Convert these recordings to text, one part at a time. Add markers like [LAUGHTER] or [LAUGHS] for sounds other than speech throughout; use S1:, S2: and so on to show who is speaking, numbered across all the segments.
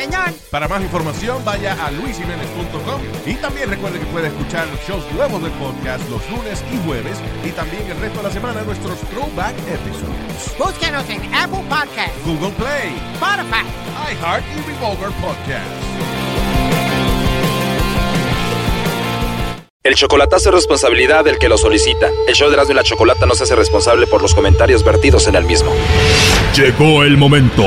S1: señor.
S2: Para más información, vaya a luisiménez.com y también recuerde que puede escuchar shows nuevos del podcast los lunes y jueves y también el resto de la semana nuestros throwback episodes.
S1: Búsquenos en Apple Podcasts,
S2: Google Play,
S1: Spotify.
S2: iHeart y Revolver Podcast.
S3: El chocolatazo es responsabilidad del que lo solicita. El show de Erasmo y la Chocolata no se hace responsable por los comentarios vertidos en el mismo.
S4: Llegó el momento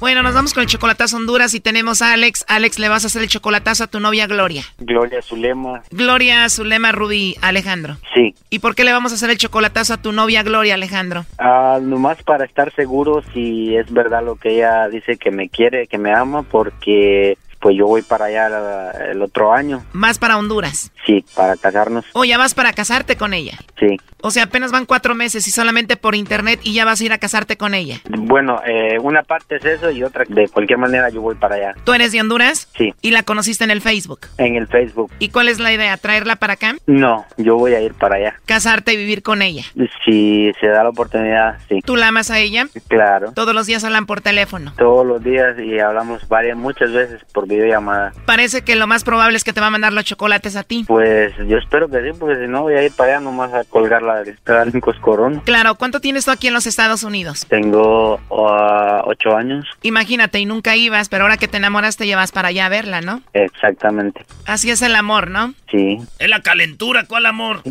S5: Bueno, nos vamos con el chocolatazo a Honduras y tenemos a Alex. Alex, le vas a hacer el chocolatazo a tu novia Gloria.
S6: Gloria Zulema,
S5: Gloria, Zulema, Rudy, Alejandro.
S6: sí.
S5: ¿Y por qué le vamos a hacer el chocolatazo a tu novia Gloria, Alejandro?
S6: Ah, nomás para estar seguro si es verdad lo que ella dice que me quiere, que me ama, porque pues yo voy para allá la- el otro año,
S5: Más para Honduras.
S6: sí, para casarnos,
S5: O ya vas para casarte con ella.
S6: sí.
S5: O sea, apenas van cuatro meses y solamente por internet y ya vas a ir a casarte con ella.
S6: Bueno, eh, una parte es eso y otra, de cualquier manera yo voy para allá,
S5: ¿Tú eres de Honduras?
S6: Sí.
S5: Y la conociste en el Facebook.
S6: en el Facebook.
S5: ¿Y cuál es la idea? ¿Traerla para acá?
S6: No, yo voy a ir para allá.
S5: ¿Casarte y vivir con ella?
S6: Si se da la oportunidad, sí,
S5: ¿Tú la amas a ella?
S6: claro.
S5: Todos los días hablan por teléfono.
S6: Todos los días y hablamos varias, muchas veces por videollamada.
S5: Parece que lo más probable es que te va a mandar los chocolates a ti.
S6: Pues yo espero que sí, porque si no voy a ir para allá nomás a colgar la estar en Coscorón.
S5: Claro, ¿cuánto tienes tú aquí en los Estados Unidos?
S6: Tengo ah, ocho años,
S5: Imagínate, y nunca ibas, pero ahora que te enamoras te llevas para allá a verla, ¿no?
S6: exactamente,
S5: Así es el amor, ¿no?
S6: sí.
S5: Es la calentura, ¿cuál amor?
S6: [LAUGHS]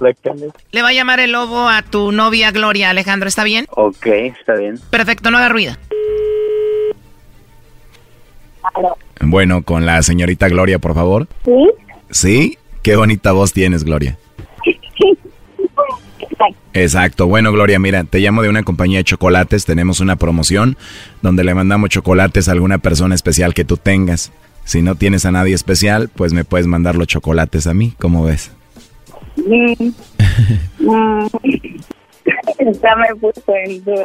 S6: La cara.
S5: Le va a llamar el lobo a tu novia Gloria, Alejandro, ¿está bien?
S6: ok, está bien.
S5: Perfecto, no haga ruido.
S7: Bueno, con la señorita Gloria, por favor.
S8: Sí,
S7: Sí, qué bonita voz tienes, Gloria. Exacto. Bueno, Gloria, mira, te llamo de una compañía de chocolates. Tenemos una promoción donde le mandamos chocolates a alguna persona especial que tú tengas. Si no tienes a nadie especial, pues me puedes mandar los chocolates a mí, ¿cómo ves?
S8: Mm. Mm. [LAUGHS] ya me puso en duda.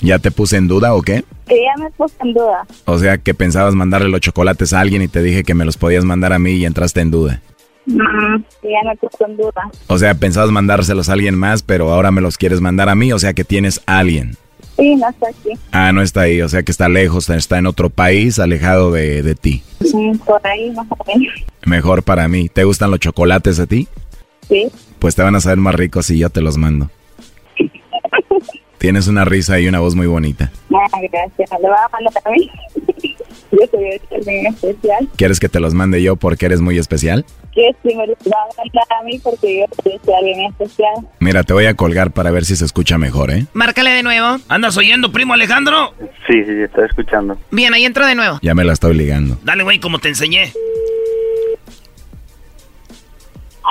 S7: ¿Ya te puse en duda o qué?
S8: Que ya me puso en duda.
S7: O sea, que pensabas mandarle los chocolates a alguien y te dije que me los podías mandar a mí y entraste en duda.
S8: Mm. Que ya me puso en duda.
S7: O sea, pensabas mandárselos a alguien más, pero ahora me los quieres mandar a mí, o sea que tienes a alguien.
S8: Sí, no está aquí.
S7: Ah, no está ahí, o sea que está lejos, está en otro país, alejado de, de ti.
S8: Mm, Por ahí más o menos.
S7: Mejor para mí. ¿Te gustan los chocolates a ti?
S8: Sí.
S7: Pues te van a saber más ricos si yo te los mando. Tienes una risa y una voz muy bonita.
S8: Ah, gracias. Le voy a mandar a mí. [LAUGHS] Yo soy también especial.
S7: ¿Quieres que te los mande yo porque eres muy especial?
S8: Que si me lo va a mandar a mí porque yo soy especial, bien especial.
S7: Mira, te voy a colgar para ver si se escucha mejor, ¿eh?
S5: Márcale de nuevo.
S9: [LAUGHS] ¿Andas oyendo, primo Alejandro?
S6: Sí, sí, estoy escuchando.
S5: Bien, ahí entro de nuevo.
S7: Ya me la estoy ligando.
S9: Dale, güey, como te enseñé.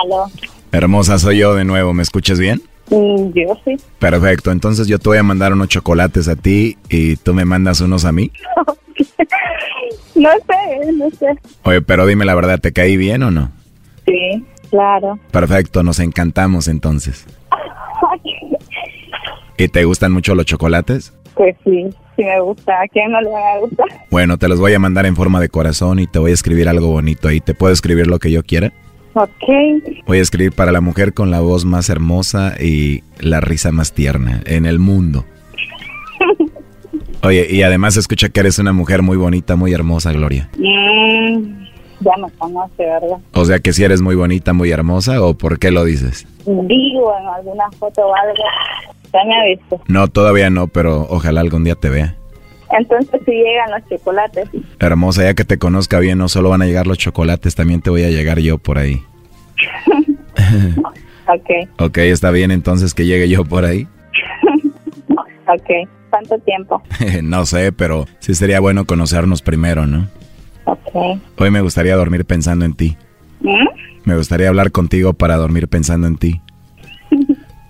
S8: Aló.
S7: Hermosa, soy yo de nuevo, ¿me escuchas bien?
S8: Mm, Yo sí.
S7: Perfecto, entonces yo te voy a mandar unos chocolates a ti y tú me mandas unos a mí.
S8: No sé, no sé.
S7: Oye, pero dime la verdad, ¿te caí bien o no?
S8: Sí, claro. [LAUGHS]
S7: Perfecto, nos encantamos entonces. ¿Y te gustan mucho los chocolates?
S8: Pues sí, sí me gusta. ¿A quién no le va a gustar?
S7: Bueno, te los voy a mandar en forma de corazón y te voy a escribir algo bonito ahí. ¿Te puedo escribir lo que yo quiera?
S8: Ok.
S7: Voy a escribir para la mujer con la voz más hermosa y la risa más tierna en el mundo. Oye, y además escucha que eres una mujer muy bonita, muy hermosa, Gloria.
S8: Mm, ya me conoce, ¿verdad?
S7: O sea que si eres muy bonita, muy hermosa, ¿o por qué lo dices?
S8: Digo en alguna foto o algo, ya me ha visto.
S7: No, todavía no, pero ojalá algún día te vea.
S8: Entonces si llegan los chocolates,
S7: Hermosa, ya que te conozca bien, no solo van a llegar los chocolates, también te voy a llegar yo por ahí.
S8: ok.
S7: Ok, está bien entonces que llegue yo por ahí. [LAUGHS]
S8: Ok, ¿cuánto tiempo?
S7: no sé, pero sí sería bueno conocernos primero, ¿no?
S8: Ok.
S7: Hoy me gustaría dormir pensando en ti.
S8: ¿Mm?
S7: Me gustaría hablar contigo para dormir pensando en ti.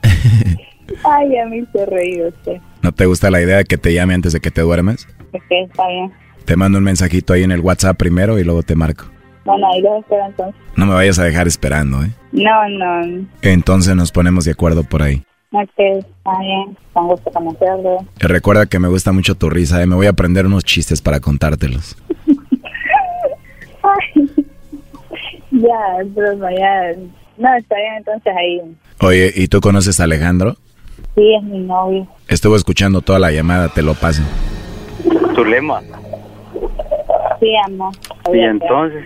S8: Ay, ya me hizo reír usted.
S7: ¿No te gusta la idea de que te llame antes de que te duermas?
S8: Ok, está bien.
S7: Te mando un mensajito ahí en el WhatsApp primero y luego te marco.
S8: Bueno, ahí lo espero entonces.
S7: No me vayas a dejar esperando, ¿eh?
S8: No, no.
S7: Entonces nos ponemos de acuerdo por ahí.
S8: Ok, está bien. Con gusto conocerlo.
S7: Eh, Recuerda que me gusta mucho tu risa, ¿eh? Me voy a aprender unos chistes para contártelos.
S8: Ay, ya, es broma, ya. No, está bien, entonces ahí.
S7: Oye, ¿y tú conoces a Alejandro?
S8: Sí, es mi novio.
S7: Estuvo escuchando toda la llamada, te lo paso.
S6: Tu lema.
S8: Sí, amor.
S6: Y entonces,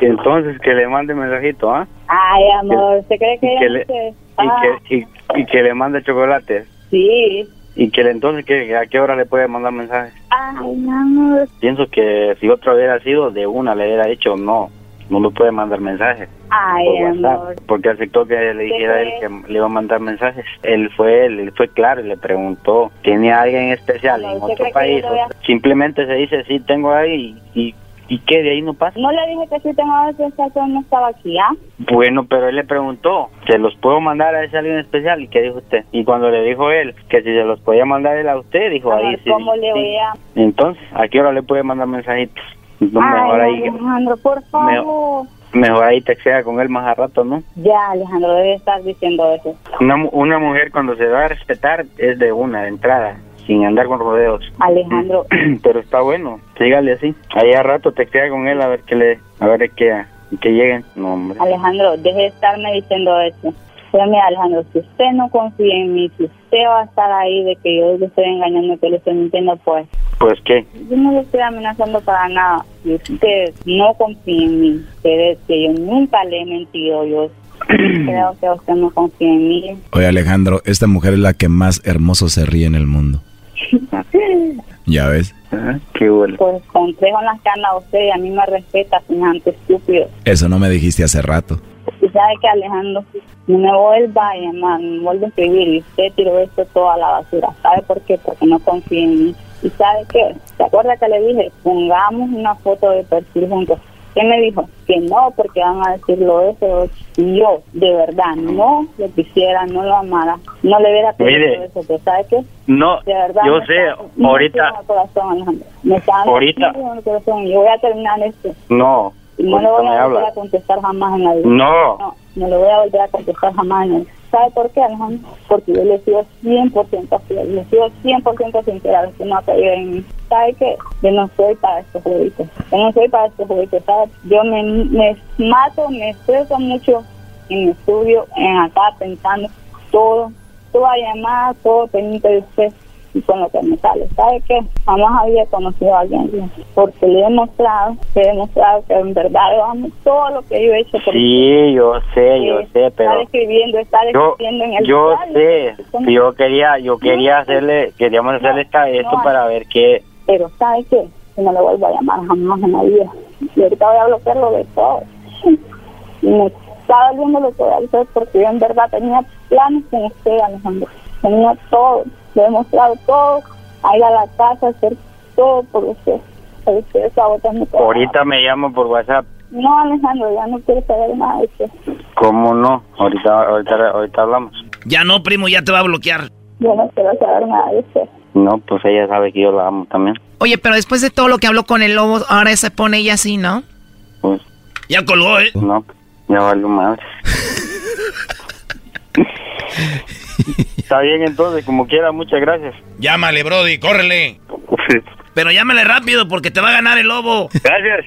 S6: y entonces que le mande mensajito, ¿ah?
S8: Ay, amor, ¿se cree que
S6: Y
S8: ella
S6: que
S8: no
S6: le-
S8: se-
S6: Y,
S8: Ah,
S6: que, y, y que le mande chocolates.
S8: Sí.
S6: Y que le- entonces, que, ¿a qué hora le puede mandar mensajes?
S8: Ay, mi amor.
S6: Pienso que si otro hubiera sido, de una le hubiera dicho, no, no le puede mandar mensajes.
S8: Ay,
S6: por
S8: amor.
S6: WhatsApp, porque aceptó que le dijera a él que le iba a mandar mensajes. Él fue, él fue claro y le preguntó, ¿tiene a alguien especial
S8: Ay,
S6: en
S8: ¿usted
S6: otro
S8: cree que
S6: país?
S8: yo le voy a-
S6: O- Simplemente se dice, sí, tengo ahí y, y, que de ahí no pasa.
S8: No le dije que sí tengo que estar con no estaba aquí, ¿ah?
S6: Bueno, pero él le preguntó, ¿se los puedo mandar a ese alguien especial? ¿Y qué dijo usted? Y cuando le dijo él que si se los podía mandar él a usted, dijo, ahí
S8: Amor,
S6: sí.
S8: ¿Cómo le
S6: sí".
S8: voy a...?
S6: Entonces, ¿a qué hora le puede mandar mensajitos? No, mejor,
S8: Ay,
S6: ahí,
S8: Alejandro, por favor.
S6: mejor ahí te queda con él más a rato, ¿no?
S8: Ya, Alejandro, debe estar diciendo eso.
S6: Una, mu- una mujer cuando se va a respetar es de una, de entrada, sin andar con rodeos.
S8: Alejandro,
S6: Pero está bueno, sígale así. Ahí a rato te queda con él a ver que le, a ver que, que lleguen. No, hombre.
S8: Alejandro, deje de estarme diciendo eso. Pero mira, Alejandro, si usted no confía en mí, si usted va a estar ahí de que yo le estoy engañando, que le estoy mintiendo, pues
S6: Pues qué,
S8: yo no le estoy amenazando para nada. Si usted no confía en mí, que, que yo nunca le he mentido, yo creo que usted no confía en mí.
S7: Oye, Alejandro, esta mujer es la que más hermoso se ríe en el mundo. ¿Ya ves?
S6: qué bueno.
S8: Pues con tres en las canas a usted y a mí me respeta, semejante estúpido.
S7: Eso no me dijiste hace rato.
S8: Y sabe que Alejandro, no me vuelva a llamar, no me vuelva a escribir. Y usted tiró esto toda la basura. ¿Sabe por qué? Porque no confía en mí. ¿Y sabe qué? ¿Se acuerda que le dije? Pongamos una foto de perfil juntos. ¿Qué me dijo? Que no, porque van a decirlo eso. Y yo, de verdad, no lo quisiera, no lo amara, no le hubiera pedido
S6: Mire.
S8: eso. Pero ¿sabe qué?
S6: No,
S8: De verdad,
S6: yo
S8: me
S6: sé,
S8: está- me
S6: ahorita,
S8: está en el corazón, Alejandro. Me está dando
S6: Ahorita.
S8: en el corazón. Yo voy a terminar esto.
S6: no,
S8: Y no le
S6: ahorita
S8: voy
S6: me
S8: a volver a
S6: habla.
S8: contestar jamás en la vida.
S6: No.
S8: No, no le voy a volver a contestar jamás en la vida. ¿Sabe por qué, Alejandro? Porque yo le he sido 100% fiel, le he sido 100% sincera, usted no ha creído en mí. ¿Sabe qué? Yo no soy para estos juguetes. Yo no soy para estos juguetes, ¿sabe? Yo me, me mato, me estreso mucho en mi estudio, en acá, pensando todo, toda llamada, todo pendiente de usted y con lo que me sale. ¿Sabe qué? Jamás había conocido a alguien así, porque le he demostrado, le he demostrado que en verdad yo amo todo lo que yo he hecho por
S6: Sí, yo sé, yo sé,
S8: Estar
S6: pero
S8: escribiendo, estar
S6: yo,
S8: escribiendo en el
S6: yo
S8: diario.
S6: sé, yo quería, yo quería hacerle, queríamos hacerle esta, esto
S8: no,
S6: para ver qué,
S8: Pero ¿sabe qué? Que no le vuelvo a llamar jamás en la vida. Y ahorita voy a bloquearlo de todo. Y me está doliendo lo que voy a hacer porque yo en verdad tenía planes con usted, Alejandro. Tenía todo, le he mostrado todo, a ir a la casa, hacer todo por usted. Pero usted está mi trabajo.
S6: ahorita me llamo por WhatsApp.
S8: No, Alejandro, ya no quiero saber nada de usted.
S6: ¿Cómo no? Ahorita, ahorita, ahorita hablamos.
S9: Ya no, primo, ya te va a bloquear.
S8: Yo no quiero saber nada de usted.
S6: No, pues ella sabe que yo la amo también.
S5: Oye, pero después de todo lo que habló con el lobo, ahora se pone ella así, ¿no?
S6: Pues,
S9: Ya colgó, ¿eh?
S6: no, ya valió madre. Está bien entonces, como quiera, muchas gracias.
S9: Llámale, Brody, córrele. Pero llámale rápido porque te va a ganar el lobo.
S6: Gracias.